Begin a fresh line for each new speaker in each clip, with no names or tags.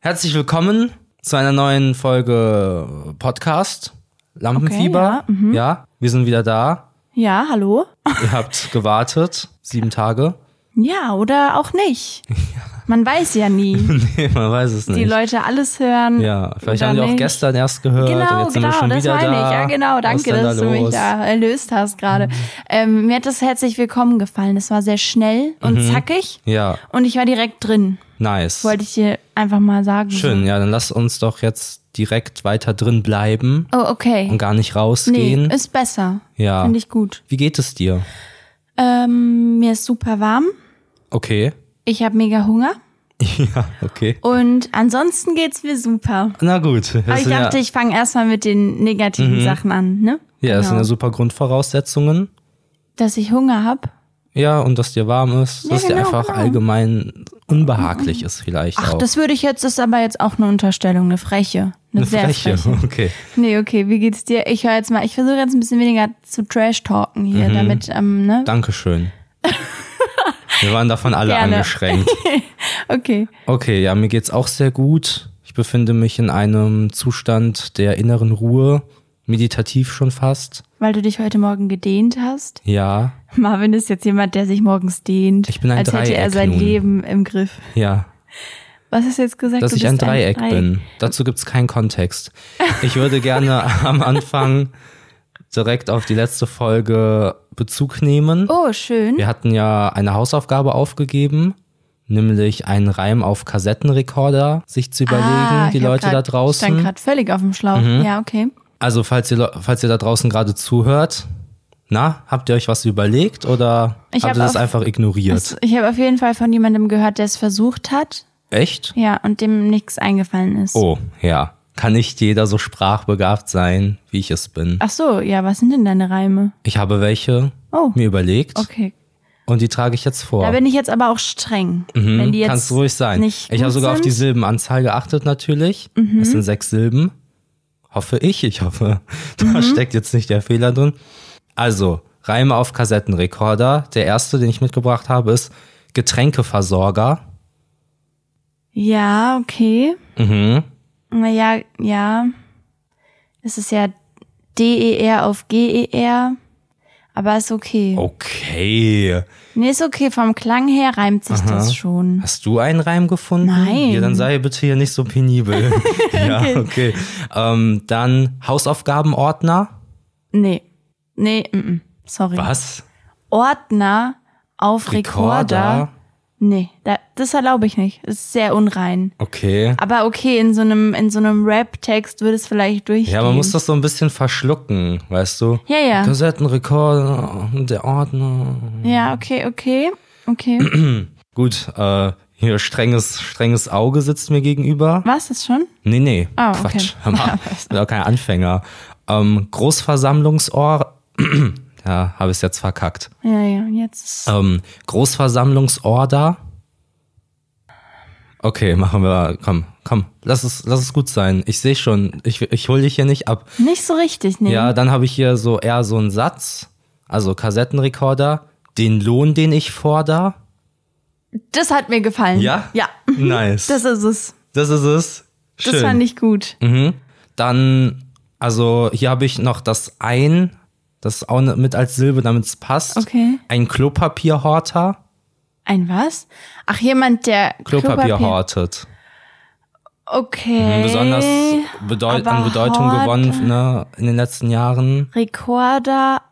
Herzlich willkommen zu einer neuen Folge Podcast Lampenfieber.
Okay, ja, mhm.
ja, wir sind wieder da.
Ja, hallo?
Ihr habt gewartet, sieben Tage.
Ja, oder auch nicht. Man weiß ja nie.
nee, man weiß es nicht.
Die Leute alles hören.
ja, vielleicht
oder
haben die auch
nicht.
gestern erst gehört und
Genau,
jetzt sind wir
genau,
schon
das
wieder
meine
da.
ich. Ja, genau,
Was
danke,
denn
dass
da
du mich
los? Mhm.
da erlöst hast gerade. Ähm, mir hat das herzlich willkommen gefallen. Es war sehr schnell und
Mhm.
zackig
Ja,
und ich war direkt drin.
nice.
Wollte ich dir einfach mal sagen.
Schön, ja, dann lass uns doch jetzt direkt weiter drin bleiben
Oh, okay.
und gar nicht
Nee,
rausgehen.
ist besser.
Ja.
Finde ich gut.
Wie geht es dir?
Ähm, mir ist super warm.
Okay.
Ich habe mega Hunger.
ja, okay.
Und ansonsten geht's mir super.
Na gut. das
Aber Ah, ich
sind ja- Mhm.
dachte, ich fange erstmal mit den negativen Sachen an, ne?
Ja, das sind ja super Grundvoraussetzungen.
Dass ich Hunger hab.
Ja, und dass dir warm ist,
Ja,
dass dir
genau,
einfach
genau. Mhm.
allgemein unbehaglich ist vielleicht
Ach,
auch.
das würde ich jetzt, das ist aber jetzt auch eine Unterstellung, eine freche. Eine,
eine
sehr
Fläche.
freche.
Okay.
Nee, okay, wie geht's dir? Ich höre jetzt mal, ich versuche jetzt ein bisschen weniger zu Trash-Talken
Mhm.
hier, damit, ähm, ne?
Dankeschön. Wir waren davon alle
Gerne.
angeschränkt.
Okay.
Okay, ja, mir geht's auch sehr gut. Ich befinde mich in einem Zustand der inneren Ruhe, meditativ schon fast.
Weil du dich heute Morgen gedehnt hast.
Ja,
Marvin ist jetzt jemand, der sich morgens dehnt.
Ich bin ein
Als hätte er
Dreieck
sein
nun.
Leben im Griff.
ja.
Was hast du jetzt gesagt?
dass
du
ich
bist
ein Dreieck, bin. Dazu gibt's keinen Kontext. Ich würde gerne am Anfang direkt auf die letzte Folge Bezug nehmen.
Oh, schön.
Wir hatten ja eine Hausaufgabe aufgegeben, nämlich einen Reim auf Kassettenrekorder sich zu überlegen,
Ah,
die
ich hab
Leute da
grad- Ich stand
draußen. Mhm.
gerade völlig auf dem Schlauch. Ja, okay.
Also falls ihr, Le- falls ihr da draußen gerade zuhört, na, habt ihr euch was überlegt oder
Ich
habt
hab
ihr das
auf-
einfach ignoriert?
Ich habe auf jeden Fall von jemandem gehört, der es versucht hat.
Echt?
Ja, und dem nichts eingefallen ist.
Oh, ja. Kann nicht jeder so sprachbegabt sein, wie ich es bin.
Ach so, ja, was sind denn deine Reime?
Ich habe welche
Oh.
mir überlegt
Okay.
und die trage ich jetzt vor.
Da bin ich jetzt aber auch streng. Wenn die jetzt
Mhm, Kannst Hm? ruhig sein.
Nicht
ich habe
gut
sogar auf
sind. Mhm.
die Silbenanzahl geachtet natürlich. Es sind sechs Silben. Hoffe ich, ich hoffe. Da
Mhm.
steckt jetzt nicht der Fehler drin. Also, Reime auf Kassettenrekorder. Der erste, den ich mitgebracht habe, ist Getränkeversorger.
Ja, okay.
Mhm.
Naja, ja. Es ist ja DER auf GER. Aber ist okay.
Oh. Okay.
Nee, ist okay. Vom Klang her reimt sich das schon.
Hast du einen Reim gefunden?
Nein.
Ja, dann sei bitte hier nicht so penibel. ja, okay. Ähm, dann Hausaufgabenordner.
Nee. Nee, mm, mm. sorry.
Was?
Ordner auf Rekorder. Nee, da, das erlaube ich nicht. Ist sehr unrein.
Okay.
Aber okay, in so einem, in so einem Rap-Text würde es vielleicht durchgehen.
Ja, man muss das so ein bisschen verschlucken, weißt du?
Ja, ja.
Kassettenrekorder und der Ordner.
Ja, okay, okay. Okay.
Gut, äh, hier strenges, strenges Auge sitzt mir gegenüber.
War es das schon?
Nee, nee.
Ah, okay.
Quatsch. Hör mal. Ich bin auch kein Anfänger. Ähm, Großversammlungsohr. ja, habe ich jetzt verkackt.
Ja, ja, jetzt.
Ähm, Großversammlungsorder. Okay, machen wir. Komm, komm. Lass es, lass es gut sein. Ich sehe schon. Ich, ich hole dich hier nicht ab.
Nicht so richtig, nee.
Ah. Ja, dann habe ich hier so eher so einen Satz, also Kassettenrekorder, den Lohn, den ich fordere.
Das hat mir gefallen.
Ja?
Ja.
Mhm. Nice.
Das
Das,
ist es.
ist es. Schön.
Das fand ich gut.
mhm. Dann, also hier habe ich noch das Ein, das auch ne- mit als Silbe, damit es passt.
Okay.
Ein Klopapierhorter.
Ein was? Ach, jemand, der
Klopapier,
Klopapier
hortet. Mhm,
Okay.
Besonders bedeu
aber
an Bedeutung
Hort-
gewonnen ne, in den letzten Jahren.
Rekorder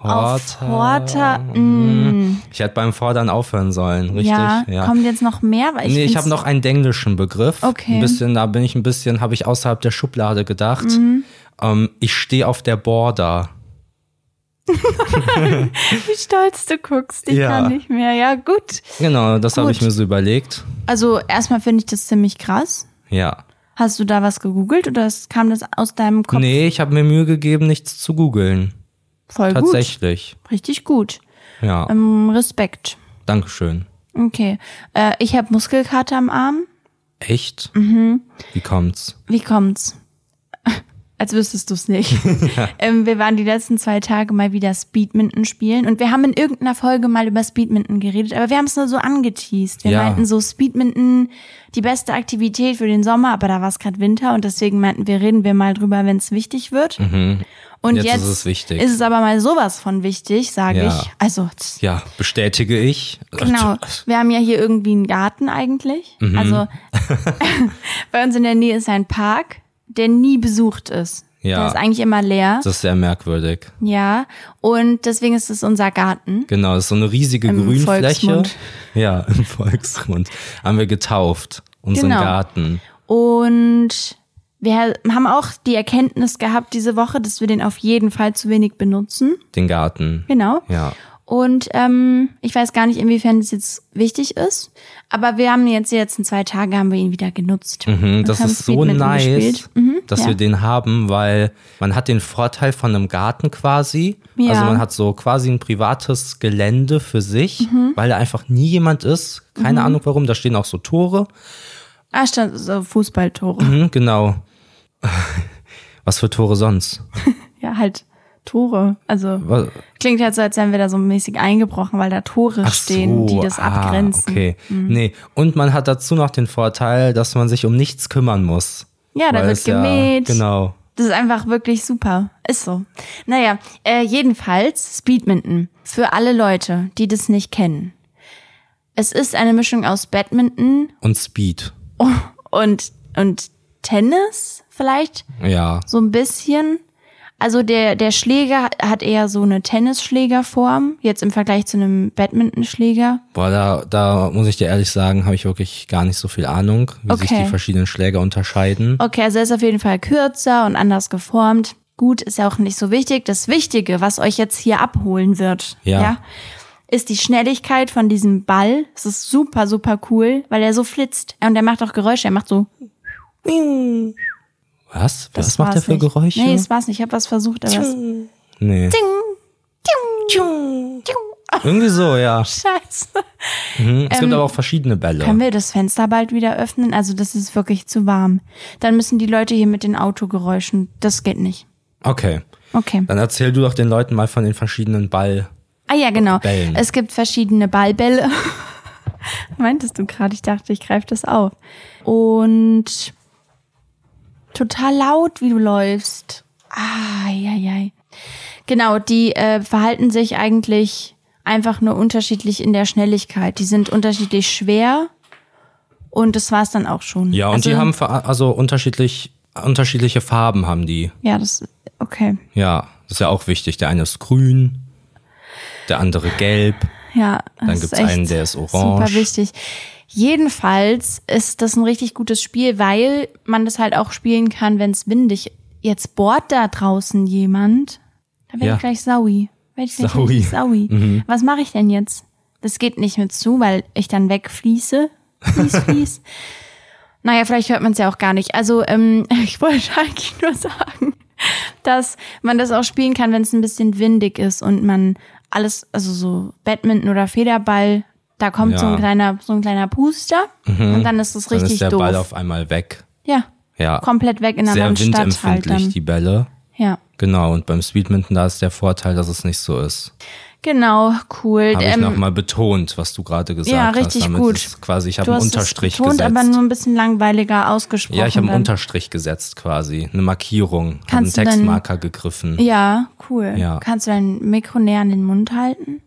auf
Horter. Mhm.
Horter. Mm.
Ich hätte beim Fordern aufhören sollen, richtig?
Ja, kommt jetzt noch mehr? Weil ich
nee, ich
find's-
habe noch einen denglischen Begriff.
Okay.
Ein bisschen, da bin ich ein bisschen, habe ich außerhalb der Schublade gedacht.
Mhm.
Ähm, ich stehe auf der Border.
Wie stolz du guckst, ich
Ja.
kann nicht mehr. Ja, gut.
Genau, das habe
Gut.
ich mir so überlegt.
Also erstmal finde ich das ziemlich krass.
Ja.
Hast du da was gegoogelt oder es- kam das aus deinem Kopf?
Nee, ich habe mir Mühe gegeben, nichts zu googeln.
Voll gut.
Tatsächlich.
Richtig gut.
Ja.
Ähm, Respekt.
Dankeschön.
Okay. Äh, ich habe Muskelkater am Arm.
Echt? Wie kommt's?
Wie kommt's? als wüsstest du es nicht. ähm, wir waren die letzten zwei Tage mal wieder Speedminton spielen und wir haben in irgendeiner Folge mal über Speedminton geredet, aber wir haben es nur so angeteased. Wir
Ja.
meinten so Speedminton die beste Aktivität für den Sommer, aber da war es gerade Winter und deswegen meinten wir, reden wir mal drüber, wenn es wichtig wird. Und
Mhm. Jetzt
jetzt,
ist es wichtig.
ist es aber mal sowas von wichtig, sage
Ja.
ich. Also tss,
Ja, bestätige ich.
Genau. Wir haben ja hier irgendwie einen Garten eigentlich.
Mhm.
Also bei uns in der Nähe ist ein Park, der nie besucht ist.
Ja.
Der ist eigentlich immer leer.
Das ist sehr merkwürdig.
Ja. Und deswegen ist es unser Garten.
Genau, das ist so eine riesige
Im
Grünfläche.
Volksmund.
Ja, im Volksmund. Haben wir getauft. Unseren
Genau.
Garten.
Und wir haben auch die Erkenntnis gehabt diese Woche, dass wir den auf jeden Fall zu wenig benutzen.
Den Garten.
Genau.
Ja.
Und ähm, ich weiß gar nicht, inwiefern das jetzt wichtig ist, aber wir haben jetzt die letzten zwei Tage haben wir ihn wieder genutzt.
Mhm,
Und
das
haben
ist so
Speedminton
nice,
gespielt. Mhm,
dass
ja.
wir den haben, weil man hat den Vorteil von einem Garten quasi.
Ja.
Also man hat so quasi ein privates Gelände für sich,
Mhm.
weil da einfach nie jemand ist. Keine Ahnung warum, da stehen auch so Tore.
Ah, stand so Fußballtore.
Mhm, genau. Was für Tore sonst?
Ja, halt Tore. Also
Was?
klingt halt so, als wären wir da so mäßig eingebrochen, weil da Tore
Ach
stehen,
so,
die das
ah,
abgrenzen. Mhm.
Okay. Nee, und man hat dazu noch den Vorteil, dass man sich um nichts kümmern muss.
Ja, da
Weil
wird
es
gemäht.
Ja, genau.
Das ist einfach wirklich super. Ist so. Naja, äh, jedenfalls Speedminton. Für alle Leute, die das nicht kennen. Es ist eine Mischung aus Badminton
Und Speed.
und, und Tennis vielleicht.
Ja.
so ein bisschen. Also der, der Schläger hat eher so eine Tennisschlägerform, jetzt im Vergleich zu einem Badmintonschläger.
Boah, da, da muss ich dir ehrlich sagen, habe ich wirklich gar nicht so viel Ahnung, wie sich
Okay.
die verschiedenen Schläger unterscheiden.
Okay, also er ist auf jeden Fall kürzer und anders geformt. Gut, ist ja auch nicht so wichtig. Das Wichtige, was euch jetzt hier abholen wird,
Ja.
ist die Schnelligkeit von diesem Ball. Es ist super, super cool, weil er so flitzt. Und er macht auch Geräusche. Er macht so.
Was?
Das
Was macht der
war's
für
nicht.
Geräusche?
Nee, das war's nicht. Ich habe was versucht, aber es.
Nee. Irgendwie so, ja.
Scheiße.
Mhm. Es gibt aber auch verschiedene Bälle.
Ähm, Können wir das Fenster bald wieder öffnen? Also das ist wirklich zu warm. Dann müssen die Leute hier mit den Autogeräuschen. Das geht nicht.
Okay.
Okay.
Dann erzähl du doch den Leuten mal von den verschiedenen Ball.
Ah ja, genau.
Bällen.
Es gibt verschiedene Ballbälle. Meintest du gerade? Ich dachte, ich greife das auf. Und total laut, wie du läufst. Ah, ja, ja. Genau, die äh, verhalten sich eigentlich einfach nur unterschiedlich in der Schnelligkeit. Die sind unterschiedlich schwer. Und das war's dann auch schon.
Ja, und
Also-
die haben ver- also unterschiedlich, unterschiedliche Farben haben die.
Ja, das okay.
Ja, das ist ja auch wichtig. Der eine ist grün, der andere gelb.
Ja,
Dann
gibt
gibt's
es
einen, der ist orange.
Super wichtig. Jedenfalls ist das ein richtig gutes Spiel, weil man das halt auch spielen kann, wenn es windig. Jetzt bohrt da draußen jemand. Da werde
Ja.
ich gleich saui. Werd ich gleich
Saui. Mhm.
richtig saui. Was mache ich denn jetzt? Das geht nicht mit zu, weil ich dann wegfließe. Fließ, fließ. Naja, vielleicht hört man es ja auch gar nicht. Also, ähm, ich wollte eigentlich nur sagen, dass man das auch spielen kann, wenn es ein bisschen windig ist und man alles, also so Badminton oder Federball, da kommt so ein
Ja. Mhm.
kleiner, so ein kleiner Puster und dann ist es
Dann
richtig
ist der
doof.
Ball auf einmal weg.
ja,
Ja.
komplett weg in einer
Sehr
anderen Stadt halt
windempfindlich,
dann.
die Bälle.
Ja,
Genau, und beim Speedminton, da ist der Vorteil, dass es nicht so ist.
genau, cool.
Habe ich
Ähm,
nochmal betont, was du gerade gesagt
ja,
hast.
richtig
damit
gut.
ist Quasi, ich habe
du
einen
hast
Unterstrich
es betont,
gesetzt.
aber nur ein bisschen langweiliger ausgesprochen.
ja, ich habe einen
dann.
Unterstrich gesetzt quasi, eine Markierung, habe einen
Kannst du dann-
Textmarker gegriffen.
Ja, cool.
Ja.
Kannst du dein Mikro näher an den Mund halten?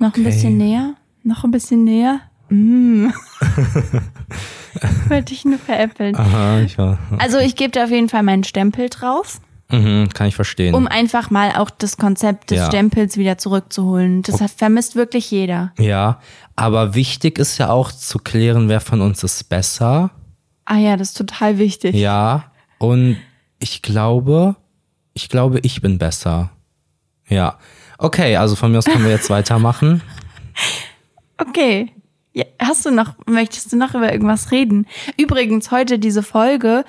Noch ein
okay.
bisschen näher? Noch ein bisschen näher? Mm. Wollte ich nur veräppeln.
Aha, ich war,
Also ich gebe da auf jeden Fall meinen Stempel drauf,
mhm, kann ich verstehen.
um einfach mal auch das Konzept des
Ja.
Stempels wieder zurückzuholen. Das hat- vermisst wirklich jeder.
ja, aber wichtig ist ja auch zu klären, wer von uns ist besser.
Ah ja, das ist total wichtig.
Ja, und ich glaube, ich glaube, ich bin besser. Ja. Okay, also von mir aus können wir jetzt weitermachen.
Okay. Ja, hast du noch, möchtest du noch über irgendwas reden? Übrigens, heute diese Folge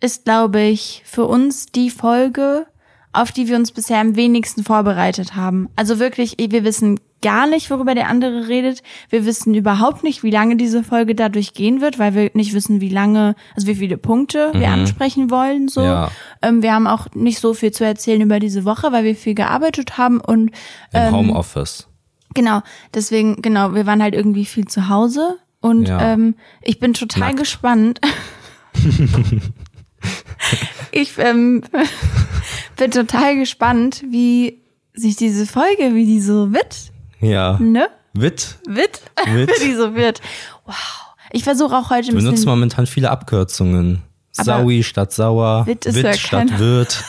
ist, glaube ich, für uns die Folge, auf die wir uns bisher am wenigsten vorbereitet haben. Also wirklich, wir wissen gar nicht, worüber der andere redet. Wir wissen überhaupt nicht, wie lange diese Folge dadurch gehen wird, weil wir nicht wissen, wie lange, also wie viele Punkte wir ansprechen wollen. So,
Mhm. Ja.
ähm, wir haben auch nicht so viel zu erzählen über diese Woche, weil wir viel gearbeitet haben und ähm,
Im Homeoffice.
Genau, deswegen, genau, wir waren halt irgendwie viel zu Hause und
Ja.
ähm, ich bin total
Nackt.
gespannt. ich ähm, bin total gespannt, wie sich diese Folge, wie die so wird,
Ja.
ne?
Wit.
Wird?
Wird.
wie die so wird. Wow. Ich versuche auch heute ein
Wir benutzen
bisschen.
momentan viele Abkürzungen.
Aber
Saui statt sauer.
Wit ist
Wit
ja
statt
keiner.
Wirt.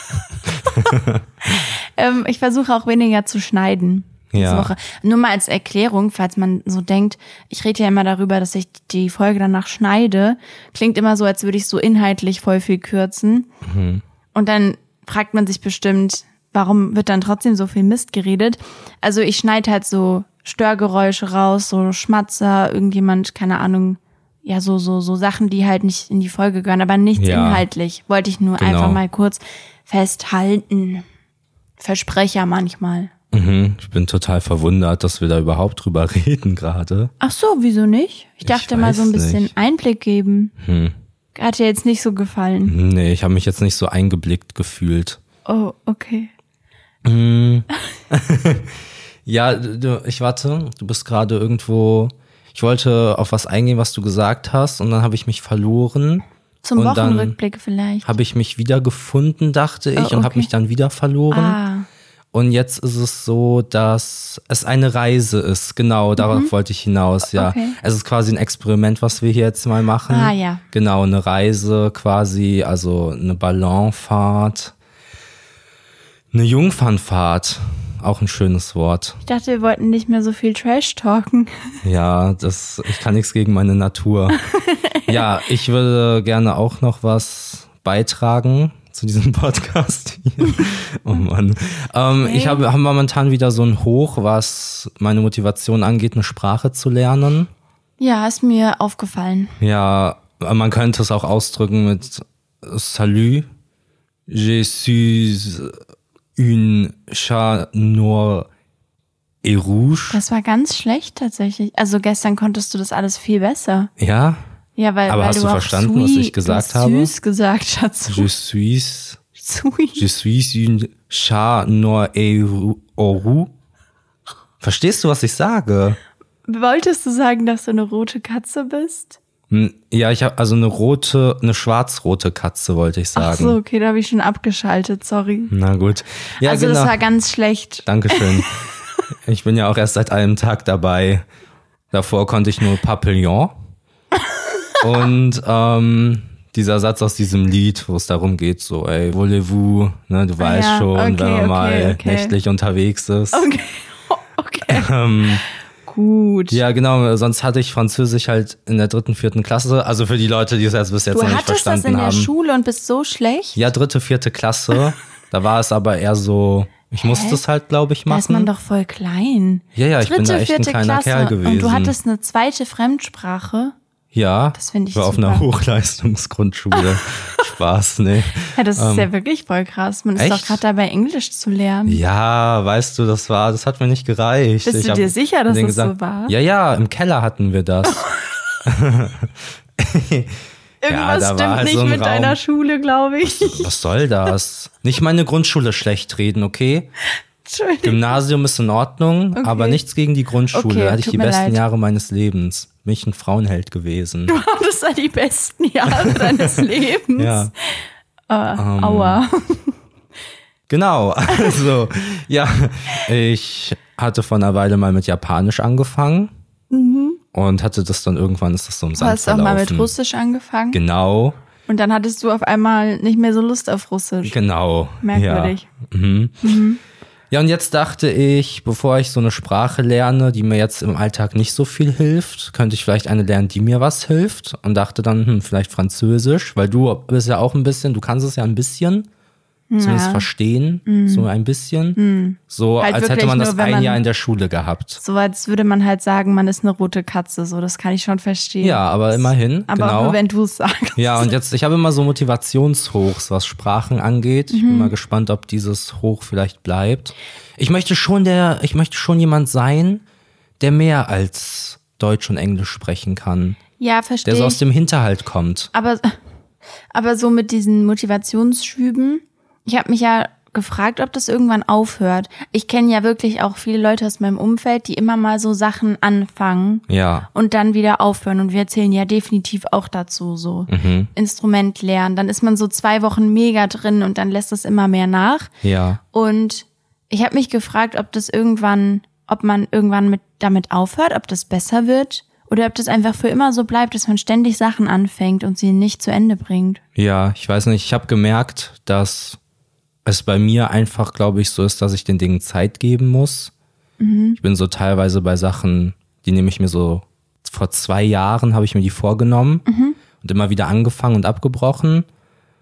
Ähm, ich versuche auch weniger zu schneiden. Diese
Ja.
Woche. Nur mal als Erklärung, falls man so denkt, ich rede ja immer darüber, dass ich die Folge danach schneide. Klingt immer so, als würde ich so inhaltlich voll viel kürzen.
Mhm.
Und dann fragt man sich bestimmt, warum wird dann trotzdem so viel Mist geredet? Also ich schneide halt so Störgeräusche raus, so Schmatzer, irgendjemand, keine Ahnung, ja, so, so, so Sachen, die halt nicht in die Folge gehören, aber nichts
Ja.
inhaltlich. Wollte ich nur
Genau.
einfach mal kurz festhalten. Versprecher manchmal.
Mhm. Ich bin total verwundert, dass wir da überhaupt drüber reden gerade.
Ach so, wieso nicht? Ich dachte mal so ein
weiß
bisschen
nicht.
Einblick geben. Hat dir jetzt nicht so gefallen.
Mhm. Nee, ich habe mich jetzt nicht so eingeblickt gefühlt.
Oh, okay.
Ja, du, du- ich warte. Du bist gerade irgendwo. Ich wollte auf was eingehen, was du gesagt hast, und dann habe ich mich verloren.
Zum
Und dann
Wochenrückblick vielleicht.
Habe ich mich wieder gefunden, dachte ich,
Oh,
und
okay.
habe mich dann wieder verloren.
Ah,
Und jetzt ist es so, dass es eine Reise ist. Genau, darauf wollte ich hinaus, ja.
Mhm. Okay.
Es ist quasi ein Experiment, was wir hier jetzt mal machen.
Ah, ja.
Genau, eine Reise quasi, also eine Ballonfahrt. Eine Jungfernfahrt. Auch ein schönes Wort.
ich dachte, wir wollten nicht mehr so viel Trash talken.
Ja, das, ich kann nichts gegen meine Natur. ja, ich würde gerne auch noch was beitragen zu diesem Podcast. Hier. Oh Mann. Ähm, Ich habe hab momentan wieder so ein Hoch, was meine Motivation angeht, eine Sprache zu lernen.
Ja, ist mir aufgefallen.
Ja, man könnte es auch ausdrücken mit Salut, je suis une chat noir et rouge.
Das war ganz schlecht tatsächlich. Also gestern konntest du das alles viel besser.
Ja,
Ja, weil,
Aber
weil
hast
du
du
auch
verstanden, was
sweet,
ich gesagt
du hast
habe?
Süß gesagt, Schatz.
je suis
Sweet.
Je suis une chat noir et rou- au roux. Verstehst du, was ich sage?
Wolltest du sagen, dass du eine rote Katze bist?
Hm, Ja, ich habe also eine rote, eine schwarz-rote Katze, wollte ich
Ach
sagen.
so, okay, da habe ich schon abgeschaltet, sorry.
Na gut. Ja,
also
genau.
das war ganz schlecht.
Dankeschön. ich bin ja auch erst seit einem Tag dabei. Davor konnte ich nur Papillon. Und ähm, dieser Satz aus diesem Lied, wo es darum geht, so, ey, voulez-vous, ne, du weißt
Ah ja,
schon,
okay,
wenn man
okay,
mal
okay.
nächtlich unterwegs ist.
Okay. okay. Gut.
Ähm, Ja, genau. Sonst hatte ich Französisch halt in der dritten, vierten Klasse. Also für die Leute, die es jetzt bis jetzt
du
noch nicht
hattest das
verstanden
in der
haben.
Schule und bist so schlecht.
ja, dritte, vierte Klasse. da war es aber eher so, ich musste es halt, glaube ich,
Da
machen.
ist man doch voll klein.
Ja, ja, ich bin
Dritte,
da echt ein
vierte
kleiner
Klasse.
Kerl
Und du
gewesen.
hattest eine zweite Fremdsprache.
ja,
Das finde ich
war auf
super.
einer Hochleistungsgrundschule. Spaß, ne?
Ja, das ist ja wirklich voll krass. Man ist
echt?
doch gerade dabei, Englisch zu lernen.
Ja, weißt du, das war, das hat mir nicht gereicht.
Bist du
ich hab
dir sicher, dass
denen
das so
gesagt,
war?
Ja, ja, im Keller hatten wir das. da
Irgendwas
war
stimmt
halt
nicht
so ein
mit
Raum.
deiner Schule, glaube ich.
Was soll das? Nicht meine Grundschule schlecht reden, okay?
Entschuldigung.
Gymnasium ist in Ordnung, aber nichts gegen die Grundschule.
Okay,
da hatte ich
tut
die
mir
besten
leid.
Jahre meines Lebens. Bin ich ein Frauenheld gewesen.
Du hattest ja die besten Jahre deines Lebens.
Ja, ähm,
Aua.
genau. Also, ja, ich hatte vor einer Weile mal mit Japanisch angefangen und hatte das dann irgendwann, ist das so im
Mhm. Du
Sand
hast auch mal mit
verlaufen.
Russisch angefangen.
Genau,
Und dann hattest du auf einmal nicht mehr so Lust auf Russisch.
genau.
Merkwürdig.
Ja. Ja, und jetzt dachte ich, bevor ich so eine Sprache lerne, die mir jetzt im Alltag nicht so viel hilft, könnte ich vielleicht eine lernen, die mir was hilft. Und dachte dann, hm, vielleicht Französisch, weil du bist ja auch ein bisschen, du kannst es ja ein bisschen. zumindest verstehen, so ein bisschen. So,
Mhm. Halt
als hätte
wirklich
man das
nur, wenn
ein
man-
Jahr in der Schule gehabt.
So als würde man halt sagen, man ist eine rote Katze. So, das kann ich schon verstehen.
Ja, aber immerhin,
Aber auch
genau.
nur, wenn du es sagst.
Ja, und jetzt, ich habe immer so Motivationshochs, was Sprachen angeht. Ich bin mal gespannt, ob dieses Hoch vielleicht bleibt. Ich möchte schon der, ich möchte schon jemand sein, der mehr als Deutsch und Englisch sprechen kann.
Ja,
Der so
verstehe
aus
ich.
dem Hinterhalt kommt.
Aber, aber so mit diesen Motivationsschüben, ich habe mich ja gefragt, ob das irgendwann aufhört. Ich kenne ja wirklich auch viele Leute aus meinem Umfeld, die immer mal so Sachen anfangen
Ja.
und dann wieder aufhören. Und wir zählen ja definitiv auch dazu, so
Mhm.
Instrument lernen. Dann ist man so zwei Wochen mega drin und dann lässt es immer mehr nach.
Ja.
Und ich habe mich gefragt, ob das irgendwann, ob man irgendwann mit, damit aufhört, ob das besser wird oder ob das einfach für immer so bleibt, dass man ständig Sachen anfängt und sie nicht zu Ende bringt.
Ja, ich weiß nicht. Ich habe gemerkt, dass es bei mir einfach, glaube ich, so ist, dass ich den Dingen Zeit geben muss.
Mhm.
Ich bin so teilweise bei Sachen, die nehme ich mir so, vor zwei Jahren habe ich mir die vorgenommen
Mhm.
und immer wieder angefangen und abgebrochen.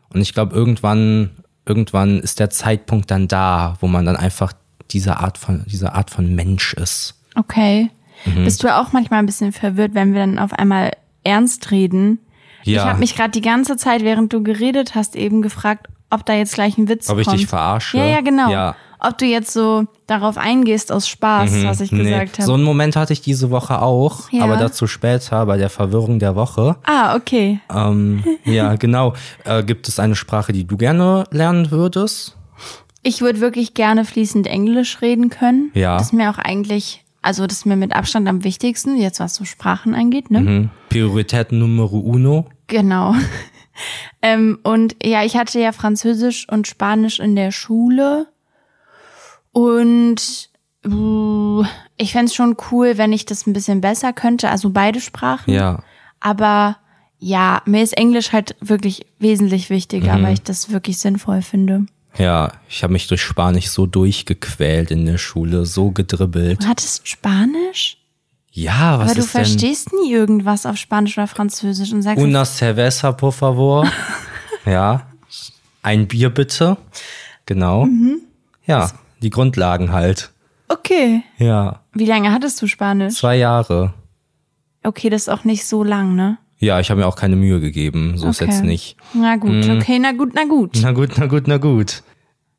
Und ich glaube, irgendwann, irgendwann ist der Zeitpunkt dann da, wo man dann einfach diese Art von, diese Art von Mensch ist.
Okay.
Mhm.
Bist du auch manchmal ein bisschen verwirrt, wenn wir dann auf einmal ernst reden?
Ja.
Ich habe mich gerade die ganze Zeit, während du geredet hast, eben gefragt, ob da jetzt gleich ein Witz
Ob ich
kommt.
dich verarsche?
Ja, ja, genau.
ne? Ja. Mhm.
Ob du jetzt so darauf eingehst aus Spaß, was ich gesagt habe.
So einen Moment hatte ich diese Woche auch,
Ja.
aber dazu später bei der Verwirrung der Woche.
ah, okay.
Ähm, ja, genau. Äh, gibt es eine Sprache, die du gerne lernen würdest?
Ich würde wirklich gerne fließend Englisch reden können.
Ja.
Das ist mir auch eigentlich, also das ist mir mit Abstand am wichtigsten, jetzt was so Sprachen angeht, ne?
Hm. Priorität numero uno.
Genau. ähm, und ja, ich hatte ja Französisch und Spanisch in der Schule. Und uh, ich fänd's schon cool, wenn ich das ein bisschen besser könnte, also beide Sprachen.
Ja.
Aber ja, mir ist Englisch halt wirklich wesentlich wichtiger,
Mhm.
weil ich das wirklich sinnvoll finde.
Ja, ich habe mich durch Spanisch so durchgequält in der Schule, so gedribbelt.
Du hattest Spanisch?
Ja, was
Aber du
ist denn?
verstehst nie irgendwas auf Spanisch oder Französisch und sagst,
Una cerveza, por favor. ja. Ein Bier bitte. Genau.
Mhm.
Ja, die Grundlagen halt.
okay.
Ja,
Wie lange hattest du Spanisch?
zwei Jahre.
Okay, das ist auch nicht so lang, ne?
Ja, ich habe mir auch keine Mühe gegeben. So ist
Okay.
jetzt nicht.
Na gut,
Mhm.
okay, na gut, na gut.
Na gut, na gut, na gut.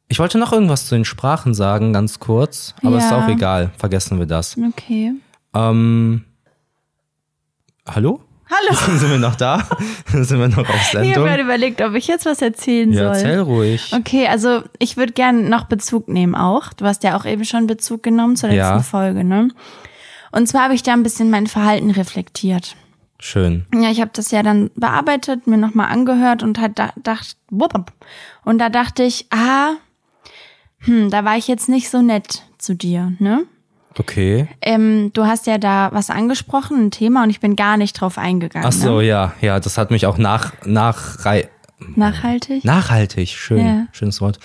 Ich wollte noch irgendwas zu den Sprachen sagen, ganz kurz. Aber ist
Ja.
auch egal. Vergessen wir das.
Okay.
Ähm, hallo?
Hallo.
Sind wir noch da? Sind wir noch auf
Ich habe
Sendung?
gerade überlegt, ob ich jetzt was erzählen
Ja,
soll.
erzähl ruhig.
Okay, also ich würde gerne noch Bezug nehmen auch. Du hast ja auch eben schon Bezug genommen zur letzten
Ja.
Folge, ne? Und zwar habe ich da ein bisschen mein Verhalten reflektiert.
Schön.
Ja, ich habe das ja dann bearbeitet, mir nochmal angehört und halt da, dacht, wupp, wupp. und da dachte ich, ah, hm, da war ich jetzt nicht so nett zu dir, ne?
Okay.
Ähm, du hast ja da was angesprochen, ein Thema, und ich bin gar nicht drauf eingegangen.
Ach so,
Ne?
ja, ja, das hat mich auch nach, nach,
Nachhaltig?
nachhaltig, schön,
Ja.
schönes Wort.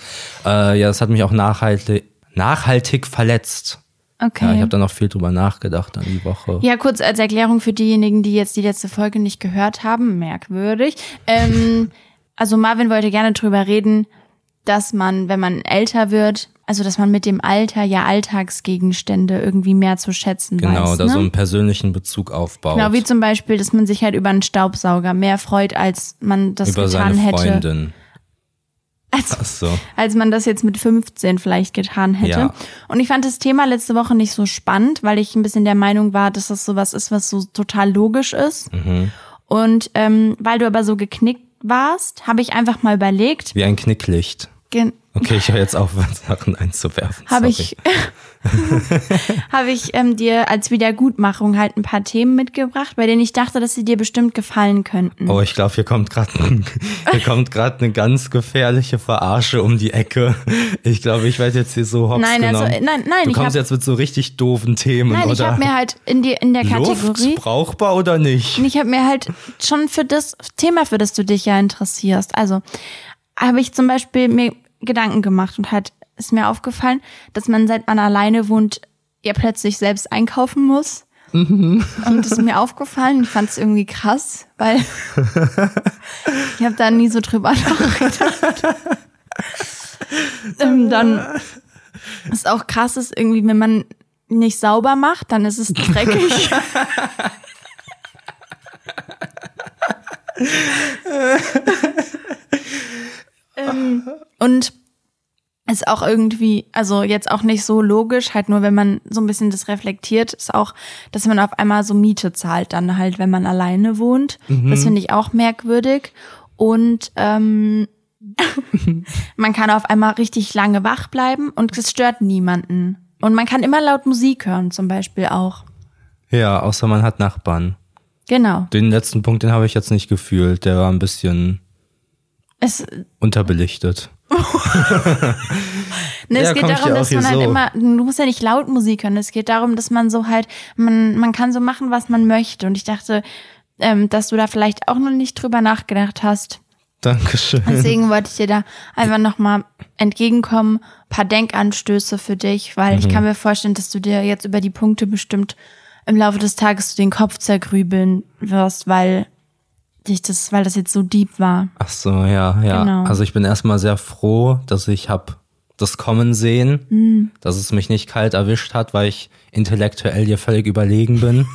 Äh, ja, das hat mich auch nachhaltig, nachhaltig verletzt.
okay.
Ja, ich habe da noch viel drüber nachgedacht an die Woche.
Ja, kurz als Erklärung für diejenigen, die jetzt die letzte Folge nicht gehört haben, merkwürdig. Ähm, also Marvin wollte gerne drüber reden, dass man, wenn man älter wird, also dass man mit dem Alter ja Alltagsgegenstände irgendwie mehr zu schätzen
Genau,
weiß.
da so
ne?
einen persönlichen Bezug aufbaut.
genau, wie zum Beispiel, dass man sich halt über einen Staubsauger mehr freut, als man das
über
getan
seine
hätte. Also
Freundin.
Als,
Ach so.
als man das jetzt mit 15 vielleicht getan hätte.
Ja.
Und ich fand das Thema letzte Woche nicht so spannend, weil ich ein bisschen der Meinung war, dass das sowas ist, was so total logisch ist.
Mhm.
Und ähm, weil du aber so geknickt warst, habe ich einfach mal überlegt,
Wie ein Knicklicht.
gen-
Okay, ich höre jetzt auf, Sachen einzuwerfen.
habe
Sorry.
ich, habe ich ähm, dir als Wiedergutmachung halt ein paar Themen mitgebracht, bei denen ich dachte, dass sie dir bestimmt gefallen könnten.
Oh, ich glaube, hier kommt gerade hier kommt gerade eine ganz gefährliche Verarsche um die Ecke. Ich glaube, ich werde jetzt hier so hops
Nein, also,
genommen.
äh, nein, nein,
Du
ich
kommst
hab-
jetzt mit so richtig doofen Themen
Nein,
oder
ich habe mir halt in, die, in der Kategorie.
oh, Luft brauchbar oder nicht?
Und ich habe mir halt schon für das Thema, für das du dich ja interessierst, also habe ich zum Beispiel mir Gedanken gemacht und halt ist mir aufgefallen, dass man seit man alleine wohnt, ja plötzlich selbst einkaufen muss. Und das ist mir aufgefallen. Ich fand es irgendwie krass, weil ich habe da nie so drüber nachgedacht. ähm, dann ist auch krass, ist irgendwie, wenn man nicht sauber macht, dann ist es dreckig. ähm, und ist auch irgendwie, also jetzt auch nicht so logisch, halt nur wenn man so ein bisschen das reflektiert, ist auch, dass man auf einmal so Miete zahlt, dann halt, wenn man alleine wohnt. Das finde ich auch merkwürdig. Und ähm, man kann auf einmal richtig lange wach bleiben und es stört niemanden. Und man kann immer laut Musik hören, zum Beispiel auch.
Ja, außer man hat Nachbarn.
Genau.
Den letzten Punkt, den habe ich jetzt nicht gefühlt. Der war ein bisschen
Es,
unterbelichtet. Ja,
Ne, es geht
komm ich dir
darum,
auch
dass
hier
man halt
so.
immer, du musst ja nicht laut Musik hören, es geht darum, dass man so halt, man, man kann so machen, was man möchte. Und ich dachte, ähm, dass du da vielleicht auch noch nicht drüber nachgedacht hast.
Dankeschön.
Deswegen wollte Also ich dir da einfach nochmal entgegenkommen, paar Denkanstöße für dich, weil
Mhm.
ich kann mir vorstellen, dass du dir jetzt über die Punkte bestimmt im Laufe des Tages den Kopf zergrübeln wirst, weil dich das, weil das jetzt so deep war.
Ach so, ja, ja.
Genau.
Also ich bin erstmal sehr froh, dass ich hab das Kommen sehen,
Mhm.
dass es mich nicht kalt erwischt hat, weil ich intellektuell dir völlig überlegen bin.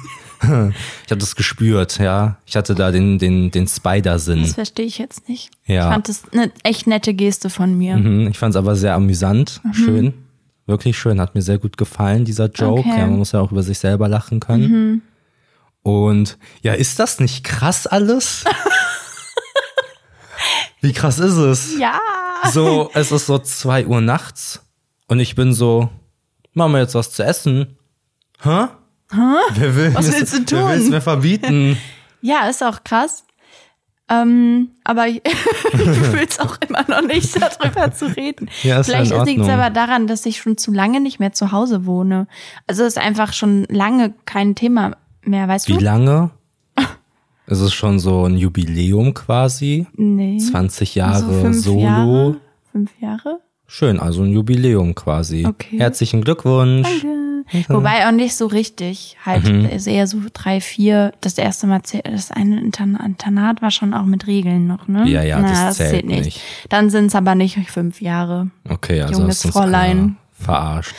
ich habe das gespürt, ja. Ich hatte da den, den, den
Das
Spider-Sinn.
verstehe ich jetzt nicht.
Mhm. Ja.
Ich fand das eine echt nette Geste von mir.
Mhm, Ich fand es aber sehr amüsant,
Mhm.
schön. Wirklich schön, hat mir sehr gut gefallen, dieser Joke.
Okay. Mhm.
Ja, man muss ja auch über sich selber lachen können. Und ja, ist das nicht krass alles? Wie krass ist es?
Ja.
so, es ist so 2 Uhr nachts und ich bin so, machen wir jetzt was zu essen? Hä? Hä? Wer will
Was willst du
Wer
tun?
will's mir verbieten?
Ja, ist auch krass. Ähm, aber ich fühle es auch immer noch nicht, darüber zu reden.
Ja, ist ja in
Vielleicht liegt es
Ordnung.
aber daran, dass ich schon zu lange nicht mehr zu Hause wohne. Also ist einfach schon lange kein Thema mehr, weißt
Wie
du?
lange? Es ist schon so ein Jubiläum quasi.
Nee.
20 Jahre
so Also fünf
Solo.
Jahre. Fünf Jahre?
Schön, also ein Jubiläum quasi.
Okay.
Herzlichen Glückwunsch.
Wobei auch nicht so richtig. Halt
Mhm.
ist eher so drei, vier. Das erste Mal zählt, das eine Intern- Internat war schon auch mit Regeln noch, ne?
Ja, ja, das zählt nicht.
Dann sind es aber nicht fünf Jahre.
Okay, also
Junges
hast du uns
Fräulein.
alle verarscht.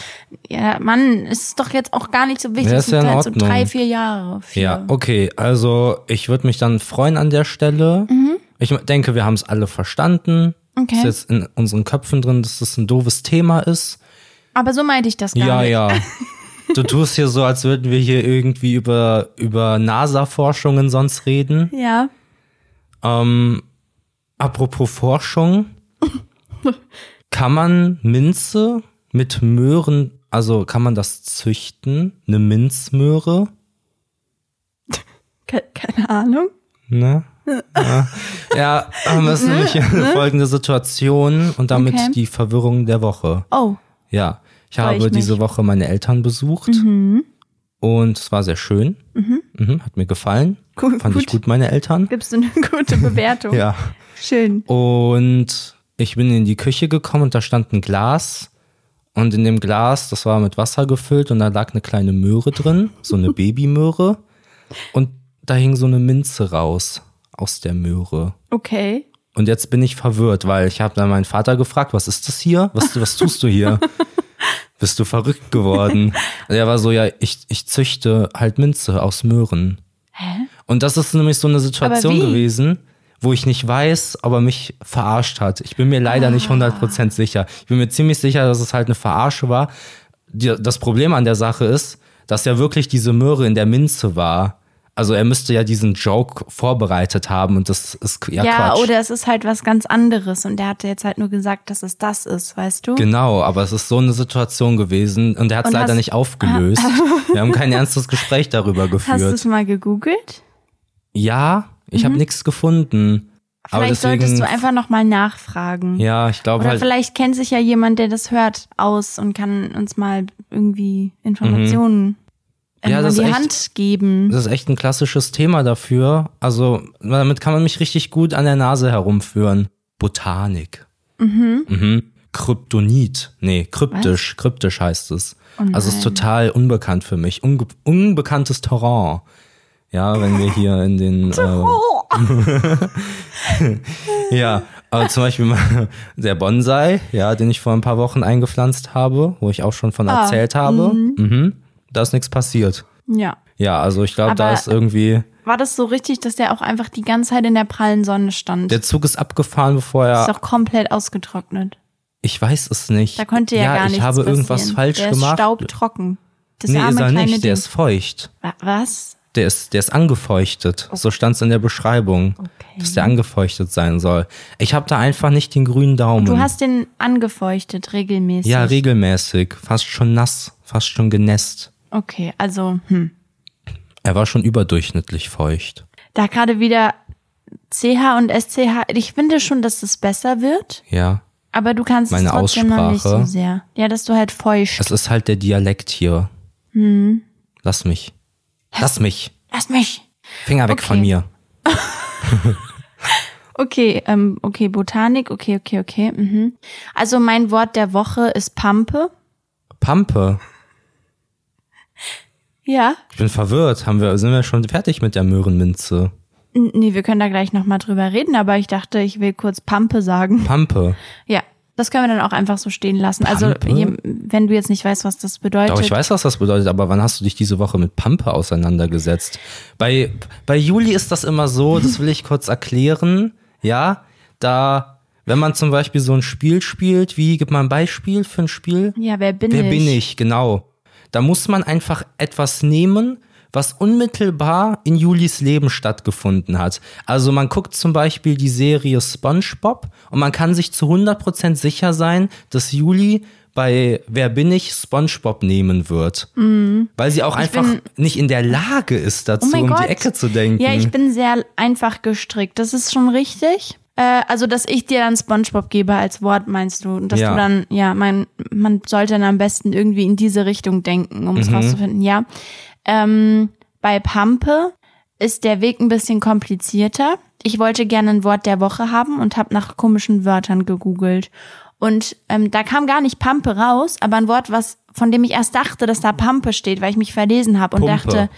Ja, Mann, es ist doch jetzt auch gar nicht so wichtig.
Ja,
Ja,
ist ja in
halt so
Ordnung.
drei, vier Jahre. Vier.
Ja, okay. Also ich würde mich dann freuen an der Stelle. Ich denke, wir haben es alle verstanden.
Mhm. Okay.
Ist jetzt in unseren Köpfen drin, dass das ein doofes Thema ist.
Aber so meinte ich das gar
ja,
nicht.
ja. Du tust hier so, als würden wir hier irgendwie über, über NASA-Forschungen sonst reden.
Ja.
Ähm, apropos Forschung. kann man Minze mit Möhren, also kann man das züchten? Eine Minzmöhre?
Ke keine Ahnung.
Ne? ja, haben wir es nämlich folgende Situation und damit
Ne? Okay.
die Verwirrung der Woche.
Oh,
Ja, ich
Freu ich
habe diese
mich. Mhm.
Woche meine Eltern besucht und es war sehr schön. Mhm, hat mir gefallen.
Gut, Genau.
Fand ich
gut.
gut, meine Eltern.
gibst du eine gute Bewertung.
Ja.
Schön.
Und ich bin in die Küche gekommen und da stand ein Glas. Und in dem Glas, das war mit Wasser gefüllt und da lag eine kleine Möhre drin, so eine Babymöhre. Und da hing so eine Minze raus aus der Möhre.
Okay.
Und jetzt bin ich verwirrt, weil ich habe dann meinen Vater gefragt, was ist das hier? Was, was tust du hier? Bist du verrückt geworden? Und er war so, ja, ich, ich züchte halt Minze aus Möhren.
Hä?
Und das ist nämlich so eine Situation
wie?
gewesen, wo ich nicht weiß, ob er mich verarscht hat. Ich bin mir leider
Ah.
nicht 100% sicher. Ich bin mir ziemlich sicher, dass es halt eine Verarsche war. Die, das Problem an der Sache ist, dass ja wirklich diese Möhre in der Minze war. Also er müsste ja diesen Joke vorbereitet haben und das ist ja,
Ja,
Quatsch.
oder es ist halt was ganz anderes und der hatte jetzt halt nur gesagt, dass es das ist, weißt du?
Genau, aber es ist so eine Situation gewesen und er hat es
Und
leider
hast- Ah.
nicht aufgelöst. Wir haben kein ernstes Gespräch darüber
Hast du es
geführt.
mal gegoogelt?
Ja, ich habe nichts gefunden. aber
Mhm. Vielleicht
deswegen,
solltest du einfach nochmal nachfragen.
ja, ich glaube
Oder
halt,
vielleicht kennt sich ja jemand, der das hört, aus und kann uns mal irgendwie Informationen ähm,
Mhm. Ja,
an
das
die
ist echt-
Hand geben.
das ist echt ein klassisches Thema dafür. Also damit kann man mich richtig gut an der Nase herumführen. Botanik. Mhm. Kryptonit. Nee, kryptisch. Kryptisch heißt es.
Oh
also es ist total unbekannt für mich. Unge unbekanntes Terrain. Ja, wenn wir hier in den äh, Ja, Aber zum Beispiel mal der Bonsai, ja, den ich vor ein paar Wochen eingepflanzt habe, wo ich auch schon von
Ah,
erzählt habe. Mhm. Da ist nichts passiert.
Ja.
Ja, also ich glaube, da
Aber-
ist irgendwie.
War das so richtig, dass der auch einfach die ganze Zeit in der prallen Sonne stand?
Der Zug ist abgefahren, bevor er.
Ist doch komplett ausgetrocknet.
Ich weiß es nicht.
Da konnte ja,
ja
gar nichts
ich habe irgendwas
passieren.
falsch
der
gemacht.
Ist staubtrocken. Das
nee,
arme
ist er
kleine
nicht.
Ding.
Der ist feucht.
Wa- Was?
Der ist, der ist angefeuchtet. So stand es in der Beschreibung,
Okay.
dass der angefeuchtet sein soll. Ich habe da einfach nicht den grünen Daumen.
Du hast den angefeuchtet regelmäßig.
Mhm. ja, regelmäßig. Fast schon nass, fast schon genässt.
Okay, also hm.
Er war schon überdurchschnittlich feucht.
da gerade wieder CH und SCH. Ich finde schon, dass es besser wird,
Ja.
aber du kannst
Meine
es trotzdem noch nicht so
Aussprache.
sehr. Ja, dass du halt feucht.
Es ist halt der Dialekt hier. Hm. Lass mich. Lass mich.
Lass mich.
Finger weg
Okay.
von mir.
Okay, ähm, okay, Botanik, okay, okay, okay. Mhm. Also mein Wort der Woche ist Pampe.
Pampe.
Ja.
Ich bin verwirrt. Haben wir, sind wir schon fertig mit der Möhrenminze?
N- Nee, wir können da gleich nochmal drüber reden, aber ich dachte, ich will kurz Pampe sagen.
Pampe.
Ja, das können wir dann auch einfach so stehen lassen.
Pampe?
Also, je, wenn du jetzt nicht weißt, was das bedeutet.
Doch, ich weiß, was das bedeutet, aber wann hast du dich diese Woche mit Pampe auseinandergesetzt? Bei, bei Juli ist das immer so, das will ich kurz erklären. Ja, da, wenn man zum Beispiel so ein Spiel spielt, wie, gib mal ein Beispiel für ein Spiel.
Ja, wer bin
Wer
ich?
bin ich? Genau. Da muss man einfach etwas nehmen, was unmittelbar in Julis Leben stattgefunden hat. Also man guckt zum Beispiel die Serie SpongeBob und man kann sich zu 100% sicher sein, dass Juli bei Wer bin ich SpongeBob nehmen wird.
Mhm.
Weil sie auch einfach nicht in der Lage ist, dazu um die Ecke zu denken.
Oh Ja, ich bin sehr einfach gestrickt. Das ist schon richtig. Äh, also, dass ich dir dann Spongebob gebe als Wort, meinst du? Und dass
Ja.
du dann, ja, mein, man sollte dann am besten irgendwie in diese Richtung denken, um
Mhm.
es rauszufinden, ja. Ähm, bei Pampe ist der Weg ein bisschen komplizierter. Ich wollte gerne ein Wort der Woche haben und habe nach komischen Wörtern gegoogelt. Und ähm, da kam gar nicht Pampe raus, aber ein Wort, was von dem ich erst dachte, dass da Pampe steht, weil ich mich verlesen habe und
Pumpe.
dachte,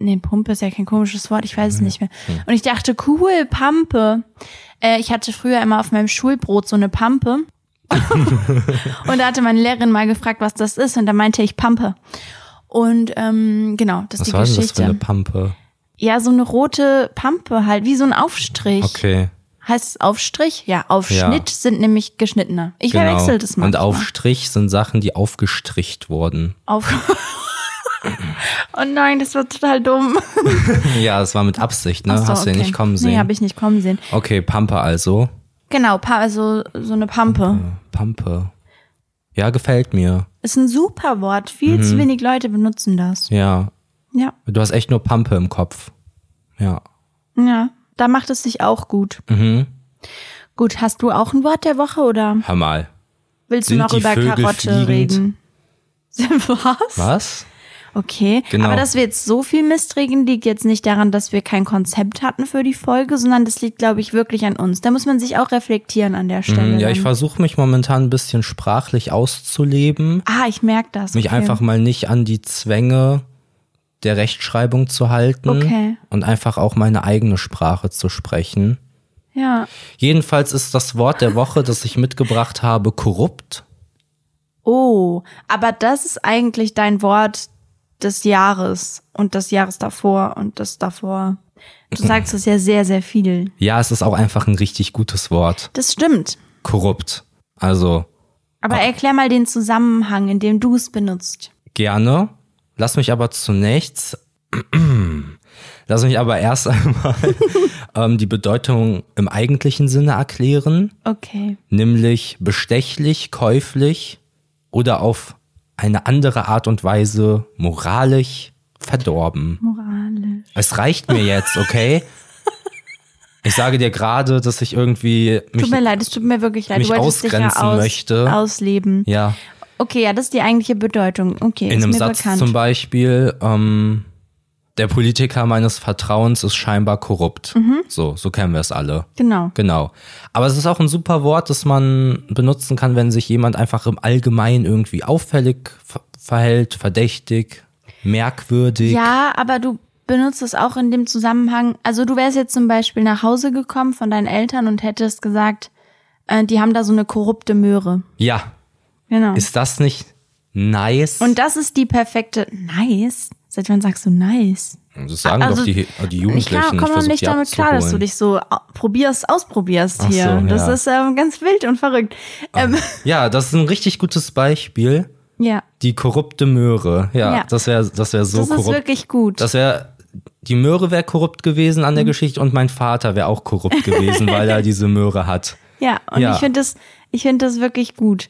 Nee, Pumpe ist ja kein komisches Wort, ich weiß es nicht mehr.
Hm.
Und ich dachte, cool, Pampe. Äh, ich hatte früher immer auf meinem Schulbrot so eine Pampe. und da hatte meine Lehrerin mal gefragt, was das ist. Und da meinte ich Pampe. Und ähm, genau, das
was
ist die
war denn das für
Geschichte.
eine Pampe?
ja, so eine rote Pampe halt, wie so ein Aufstrich.
Okay,
Heißt es Aufstrich? Ja,
Ja.
Aufschnitt sind nämlich geschnittene. Ich
genau.
verwechsel das mal.
Und Aufstrich sind Sachen, die aufgestricht wurden.
Auf oh nein, das war total dumm.
Ja, das war mit Absicht, ne?
Ach so,
Hast du ja
okay.
nicht kommen
Nee,
sehen.
habe ich nicht kommen sehen.
okay, Pampe also.
Genau, pa also so eine Pampe.
Pampe. Ja, gefällt mir.
Ist ein super Wort. Viel zu wenig Leute benutzen das.
Mhm. Ja.
Ja.
Du hast echt nur Pampe im Kopf. Ja.
Ja. Da macht es sich auch gut.
Mhm.
Gut, hast du auch ein Wort der Woche oder
Hör mal.
willst
Sind
du noch
die
über
Vögel
Karotte
fliegend?
reden? Was?
Was?
Okay.
Genau.
Aber dass wir jetzt so viel Mist reden, liegt jetzt nicht daran, dass wir kein Konzept hatten für die Folge, sondern das liegt, glaube ich, wirklich an uns. Da muss man sich auch reflektieren an der Stelle.
Mhm, Hm, Ja, ich
dann.
versuche mich momentan ein bisschen sprachlich auszuleben.
Ah, ich merke das.
Mich
okay.
einfach mal nicht an die Zwänge der Rechtschreibung zu halten.
Okay.
Und einfach auch meine eigene Sprache zu sprechen.
Ja.
Jedenfalls ist das Wort der Woche, das ich mitgebracht habe, korrupt.
Oh, aber das ist eigentlich dein Wort des Jahres und des Jahres davor und des davor. Du sagst es ja sehr, sehr viel.
Ja, es ist auch einfach ein richtig gutes Wort.
Das stimmt.
Korrupt. Also,
Aber erklär mal den Zusammenhang, in dem du es benutzt.
Gerne. Lass mich aber zunächst. Lass mich aber erst einmal ähm, die Bedeutung im eigentlichen Sinne erklären,
Okay.
nämlich bestechlich, käuflich oder auf eine andere Art und Weise moralisch verdorben.
Moralisch.
Es reicht mir jetzt, okay? Ich sage dir gerade, dass ich irgendwie
Tut
mich.
mir leid, es tut mir wirklich leid.
mich
du wolltest dich ja
ausgrenzen
aus,
möchte.
ausleben.
Ja,
Okay, ja, das ist die eigentliche Bedeutung. Okay,
in
ist
einem
mir
Satz
bekannt.
zum Beispiel, ähm, der Politiker meines Vertrauens ist scheinbar korrupt.
Mhm.
So, so kennen wir es alle.
genau.
Genau. Aber es ist auch ein super Wort, das man benutzen kann, wenn sich jemand einfach im Allgemeinen irgendwie auffällig ver verhält, verdächtig, merkwürdig.
Ja, aber du benutzt es auch in dem Zusammenhang. Also du wärst jetzt zum Beispiel nach Hause gekommen von deinen Eltern und hättest gesagt, Äh, die haben da so eine korrupte Möhre.
Ja,
Genau.
ist das nicht nice?
Und das ist die perfekte. Nice? Seit wann sagst du nice?
das sagen doch
also,
die, die Jugendlichen.
Ich kann-
ich
komm noch
versuch,
nicht
die
damit klar, dass du
abzuholen.
dich so au- probierst, ausprobierst
Ach
hier.
so,
das
ja. Ah.
ist ähm, ganz wild und verrückt. Ähm,
Ja, das ist ein richtig gutes Beispiel.
ja,
Die korrupte Möhre. Ja,
Ja.
das wäre das wär so
das ist
korrupt.
wirklich gut.
Das wäre. Die Möhre wäre korrupt gewesen an der
Mhm.
Geschichte und mein Vater wäre auch korrupt gewesen, weil er diese Möhre hat.
ja, und
Ja.
ich finde das, ich finde das wirklich gut.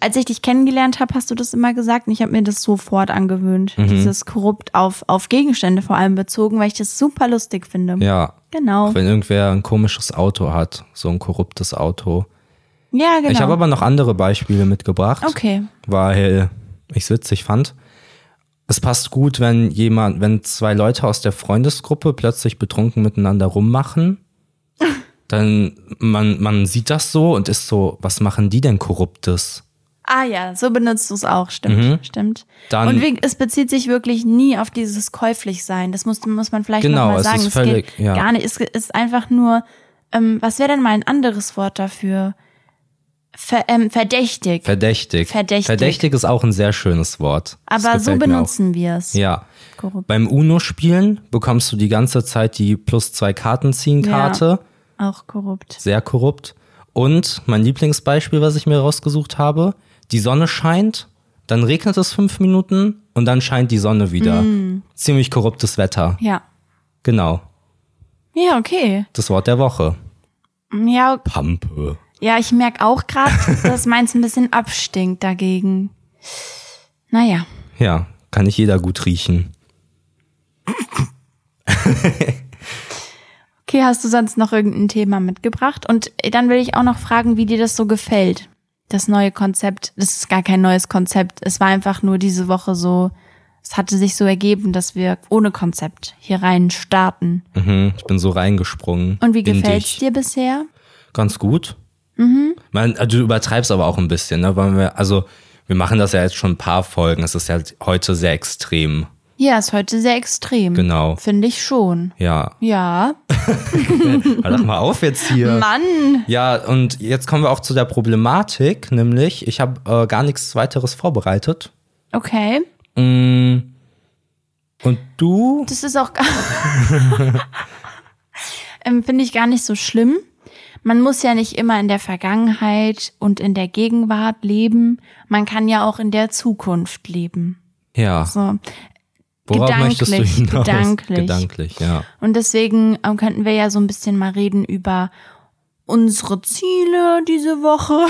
Als ich dich kennengelernt habe, hast du das immer gesagt und ich habe mir das sofort angewöhnt.
Mhm.
Dieses korrupt auf, auf Gegenstände vor allem bezogen, weil ich das super lustig finde.
Ja.
Genau.
Auch wenn irgendwer ein komisches Auto hat, so ein korruptes Auto.
Ja, genau.
Ich habe aber noch andere Beispiele mitgebracht,
okay.
weil ich es witzig fand. Es passt gut, wenn jemand, wenn zwei Leute aus der Freundesgruppe plötzlich betrunken miteinander rummachen. Dann man, man sieht das so und ist so, was machen die denn Korruptes?
Ah ja, so benutzt du es auch, stimmt, stimmt.
Mhm. Dann-
und wie, es bezieht sich wirklich nie auf dieses käuflich sein. Das muss, muss man vielleicht
Genau,
noch mal
es
sagen.
ist
Es
völlig-
geht
ja.
gar nicht. Es ist einfach nur, ähm, was wäre denn mal ein anderes Wort dafür? Ver, ähm, verdächtig.
Verdächtig.
Verdächtig.
Verdächtig ist auch ein sehr schönes Wort. Das
aber so
gefällt mir auch.
benutzen wir es.
Ja.
Korrupt.
Beim Uno-Spielen bekommst du die ganze Zeit die plus zwei Karten ziehen Karte.
Auch korrupt.
sehr korrupt. Und mein Lieblingsbeispiel, was ich mir rausgesucht habe, die Sonne scheint, dann regnet es fünf Minuten und dann scheint die Sonne wieder.
Mm.
Ziemlich korruptes Wetter.
Ja.
Genau.
Ja, okay.
Das Wort der Woche.
Ja,
Pampe.
ja ich merke auch gerade, dass meins ein bisschen abstinkt dagegen. Naja.
Ja, kann nicht jeder gut riechen.
Okay, hast du sonst noch irgendein Thema mitgebracht? Und äh, dann will ich auch noch fragen, wie dir das so gefällt. Das neue Konzept, das ist gar kein neues Konzept. Es war einfach nur diese Woche so, es hatte sich so ergeben, dass wir ohne Konzept hier rein starten.
Mhm, ich bin so reingesprungen.
Und wie
in
gefällt's
dich.
dir bisher?
Ganz gut.
Mhm.
Man, du übertreibst aber auch ein bisschen, ne? Weil wir, also, wir machen das ja jetzt schon ein paar Folgen. Es ist ja heute sehr extrem.
Ja, ist heute sehr extrem.
Genau.
Finde ich schon.
Ja.
Ja.
Aber Lach mal auf jetzt hier.
Mann!
Ja, und jetzt kommen wir auch zu der Problematik, nämlich ich habe äh, gar nichts weiteres vorbereitet.
Okay.
Mm. Und du?
Das ist auch gar ähm, finde ich gar nicht so schlimm. Man muss ja nicht immer in der Vergangenheit und in der Gegenwart leben. Man kann ja auch in der Zukunft leben.
Ja,
So.
worauf möchtest du
gedanklich,
hinaus?
gedanklich.
Gedanklich, ja.
Und deswegen ähm, könnten wir ja so ein bisschen mal reden über unsere Ziele diese Woche.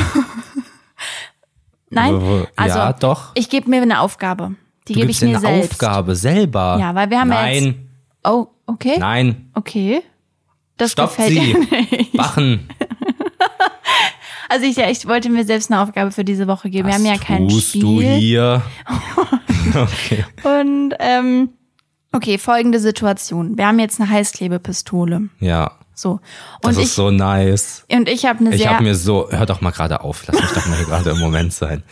Nein,
Ja,
also
doch.
ich gebe mir eine Aufgabe. Die
Du
gebe ich
gibst dir
mir
eine
selbst.
Aufgabe selber.
Ja, weil wir haben ja
nein,
jetzt- Oh, okay.
Nein,
Okay. Das
Stoppt
gefällt
sie.
dir nicht.
Wachen.
Also ich, ja, ich wollte mir selbst eine Aufgabe für diese Woche geben.
Was
Wir haben ja kein
tust
Spiel.
du hier? okay.
Und ähm, okay, folgende Situation. Wir haben jetzt eine Heißklebepistole.
Ja,
So.
das
Und
ist
ich,
so nice.
und ich habe eine
Ich
sehr.
habe mir so, hör doch mal gerade auf, lass mich doch mal hier gerade im Moment sein.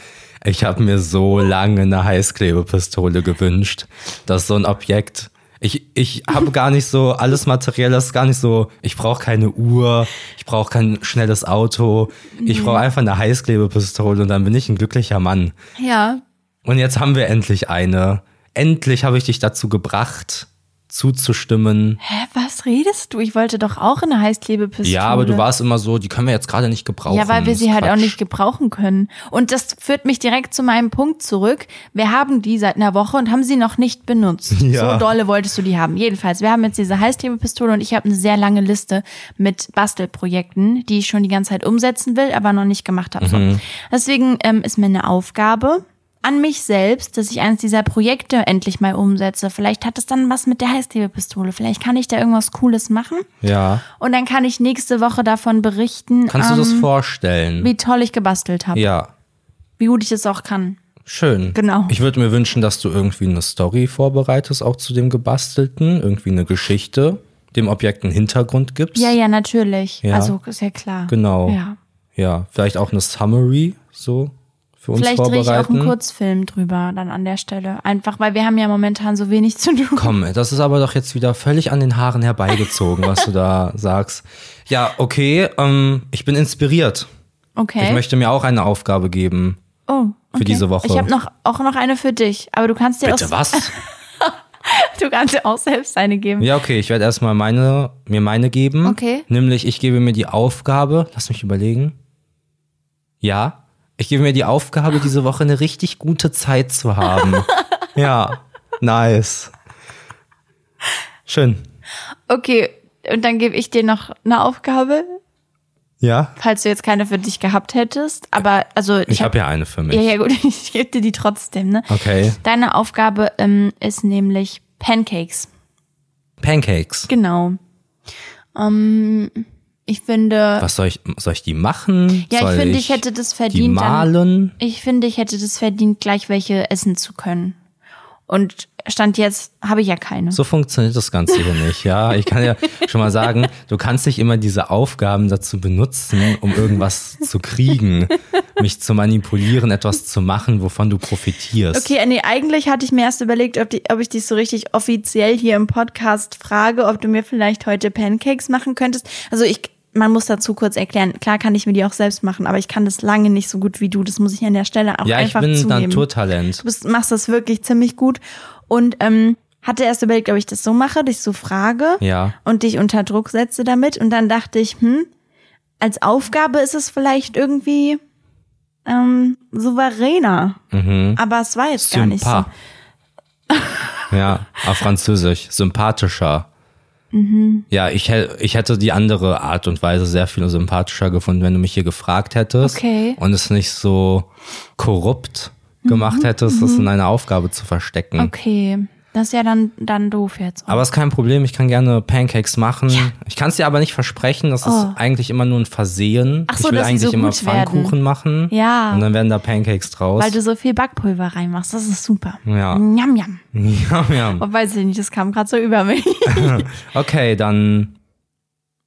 Ich habe mir so lange eine Heißklebepistole gewünscht. Das ist so ein Objekt. Ich, ich habe gar nicht so, alles materiell das ist gar nicht so, ich brauche keine Uhr, ich brauche kein schnelles Auto, ich
Mhm.
brauche einfach eine Heißklebepistole und dann bin ich ein glücklicher Mann.
ja.
Und jetzt haben wir endlich eine. Endlich habe ich dich dazu gebracht, zuzustimmen.
Hä, was redest du? Ich wollte doch auch eine Heißklebepistole.
Ja, aber du warst immer so, die können wir jetzt gerade nicht gebrauchen.
Ja, weil wir
Das
sie
ist
halt auch
Quatsch.
nicht gebrauchen können. Und das führt mich direkt zu meinem Punkt zurück. Wir haben die seit einer Woche und haben sie noch nicht benutzt.
Ja.
So dolle wolltest du die haben. Jedenfalls, wir haben jetzt diese Heißklebepistole und ich habe eine sehr lange Liste mit Bastelprojekten, die ich schon die ganze Zeit umsetzen will, aber noch nicht gemacht habe.
Mhm.
So. Deswegen ähm, ist mir eine Aufgabe an mich selbst, dass ich eines dieser Projekte endlich mal umsetze. Vielleicht hat es dann was mit der Heißklebepistole. Vielleicht kann ich da irgendwas Cooles machen.
Ja.
Und dann kann ich nächste Woche davon berichten.
Kannst
ähm,
du das vorstellen?
wie toll ich gebastelt habe.
Ja,
Wie gut ich es auch kann.
schön.
Genau.
Ich würde mir wünschen, dass du irgendwie eine Story vorbereitest, auch zu dem Gebastelten, irgendwie eine Geschichte, dem Objekt einen Hintergrund gibst.
Ja, ja, natürlich.
Ja.
Also ist ja klar.
Genau.
Ja.
Ja, vielleicht auch eine Summary so für uns
Vielleicht drehe ich
vorbereiten.
auch einen Kurzfilm drüber dann an der Stelle. Einfach, weil wir haben ja momentan so wenig zu tun.
Komm, das ist aber doch jetzt wieder völlig an den Haaren herbeigezogen, was du da sagst. Ja, okay, ähm, ich bin inspiriert.
Okay.
Ich möchte mir auch eine Aufgabe geben.
oh, okay.
für diese Woche.
Ich habe noch, auch noch eine für dich, aber du kannst dir,
Bitte
auch,
was?
du kannst dir auch selbst eine geben.
Ja, okay, ich werde erstmal meine, mir meine geben.
Okay.
Nämlich, ich gebe mir die Aufgabe, lass mich überlegen. Ja, ich gebe mir die Aufgabe, diese Woche eine richtig gute Zeit zu haben. ja, nice. Schön.
Okay, und dann gebe ich dir noch eine Aufgabe,
Ja,
falls du jetzt keine für dich gehabt hättest. Aber also
ich habe ja eine für mich.
Ja, ja, gut, ich gebe dir die trotzdem, ne?
Okay.
Deine Aufgabe ähm, ist nämlich Pancakes.
Pancakes.
Genau. Ähm, ich finde.
Was soll ich, soll ich die machen?
Ja,
soll
ich finde, ich hätte das
die
verdient. dann-
malen.
Ich finde, ich hätte das verdient, gleich welche essen zu können. Und Stand jetzt habe ich ja keine.
So funktioniert das Ganze hier nicht, ja. Ich kann ja schon mal sagen, du kannst nicht immer diese Aufgaben dazu benutzen, um irgendwas zu kriegen, mich zu manipulieren, etwas zu machen, wovon du profitierst.
Okay, nee, eigentlich hatte ich mir erst überlegt, ob, die, ob ich dich so richtig offiziell hier im Podcast frage, ob du mir vielleicht heute Pancakes machen könntest. Also ich, man muss dazu kurz erklären, klar kann ich mir die auch selbst machen, aber ich kann das lange nicht so gut wie du. Das muss ich an der Stelle auch
ja, ich
einfach
bin
zugeben.
Naturtalent.
Du bist, machst das wirklich ziemlich gut und ähm, hatte erst überlegt, ob ich das so mache, dich so frage
Ja.
und dich unter Druck setze damit. Und dann dachte ich, hm, als Aufgabe ist es vielleicht irgendwie ähm, souveräner.
Mhm.
Aber es war jetzt gar nicht so.
Sympa. ja, auf Französisch. Sympathischer.
Mhm.
Ja, ich, hä- ich hätte die andere Art und Weise sehr viel sympathischer gefunden, wenn du mich hier gefragt hättest
Okay. Mhm.
und es nicht so korrupt gemacht hättest, es in einer Aufgabe zu verstecken.
Okay, das ist ja dann, dann doof jetzt.
Aber ist kein Problem, ich kann gerne Pancakes machen. Ich kann es dir aber nicht versprechen, das ist
Oh.
eigentlich immer nur ein Versehen.
Ach so,
ich will
dass sie
eigentlich
so
immer
gut werden.
Pfannkuchen machen
Ja.
und dann werden da Pancakes draus.
Weil du so viel Backpulver reinmachst, das ist super.
Ja.
Njam, njam.
ja, ja.
Oh, weiß ich nicht, das kam gerade so über mich.
Okay, dann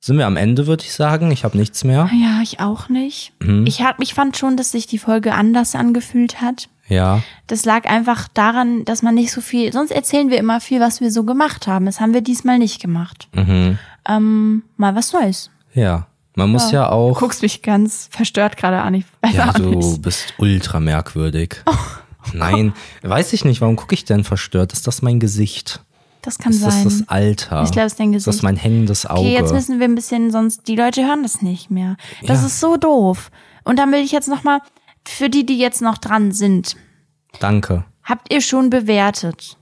sind wir am Ende, würde ich sagen. Ich habe nichts mehr.
ja, ich auch nicht.
Mhm.
Ich, hab, ich fand schon, dass sich die Folge anders angefühlt hat.
Ja,
Das lag einfach daran, dass man nicht so viel. Sonst erzählen wir immer viel, was wir so gemacht haben. Das haben wir diesmal nicht gemacht. Ähm, mal was Neues.
mhm. ja. Man muss ja,
Du
auch.
guckst mich ganz verstört gerade an. Ich weiß
Ja,
auch
du
nicht.
bist ultra merkwürdig.
Oh,
Nein, weiß ich nicht. Warum gucke ich denn verstört? Ist das mein Gesicht?
Das kann
Ist das
sein.
das Alter?
Ich glaube, es ist dein
Ist das
Gesicht.
mein hängendes Auge?
okay, jetzt müssen wir ein bisschen, sonst die Leute hören das nicht mehr. Das
Ja.
ist so doof. Und dann will ich jetzt noch mal für die, die jetzt noch dran sind,
Danke.
habt ihr schon bewertet?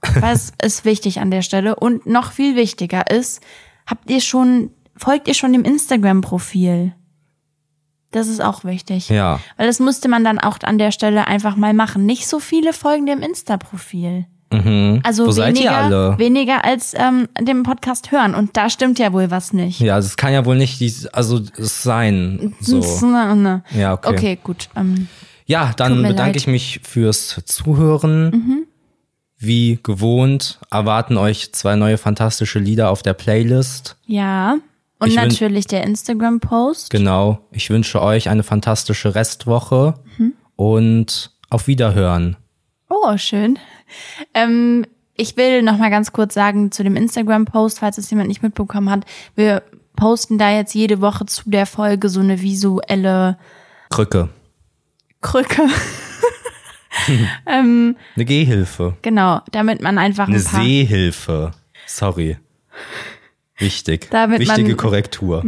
Was ist wichtig an der Stelle? Und noch viel wichtiger ist, habt ihr schon, folgt ihr schon dem Instagram-Profil? Das ist auch wichtig.
Ja.
Weil das musste man dann auch an der Stelle einfach mal machen. Nicht so viele folgen dem Insta-Profil. Also
Mhm. Wo
weniger,
seid ihr alle?
weniger als ähm, dem Podcast hören. Und da stimmt ja wohl was nicht.
Ja, das kann ja wohl nicht dies, also es sein. So.
Na, na.
Ja, okay.
Okay, gut. Ähm,
Ja,
Tut
dann
mir
bedanke
leid. Mhm.
ich mich fürs Zuhören. Wie gewohnt erwarten euch zwei neue fantastische Lieder auf der Playlist.
ja. Und
Ich bin-
natürlich der Instagram-Post.
Genau. Ich wünsche euch eine fantastische Restwoche
Mhm.
und auf Wiederhören.
Oh, schön. Ähm, ich will noch mal ganz kurz sagen zu dem Instagram-Post, falls es jemand nicht mitbekommen hat. Wir posten da jetzt jede Woche zu der Folge so eine visuelle
Krücke.
Krücke.
Eine Gehhilfe.
genau, damit man einfach
Eine
ein paar...
Seehilfe. Sorry. Wichtig.
Damit man-
Wichtige Korrektur.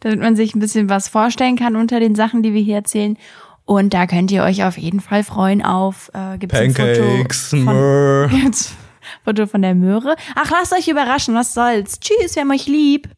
damit man sich ein bisschen was vorstellen kann unter den Sachen, die wir hier erzählen. Und da könnt ihr euch auf jeden Fall freuen auf äh, gibt's
Pancakes.
ein Foto von,
Mörr.
gibt's ein Foto von der Möhre. Ach, lasst euch überraschen, was soll's. Tschüss, wir haben euch lieb.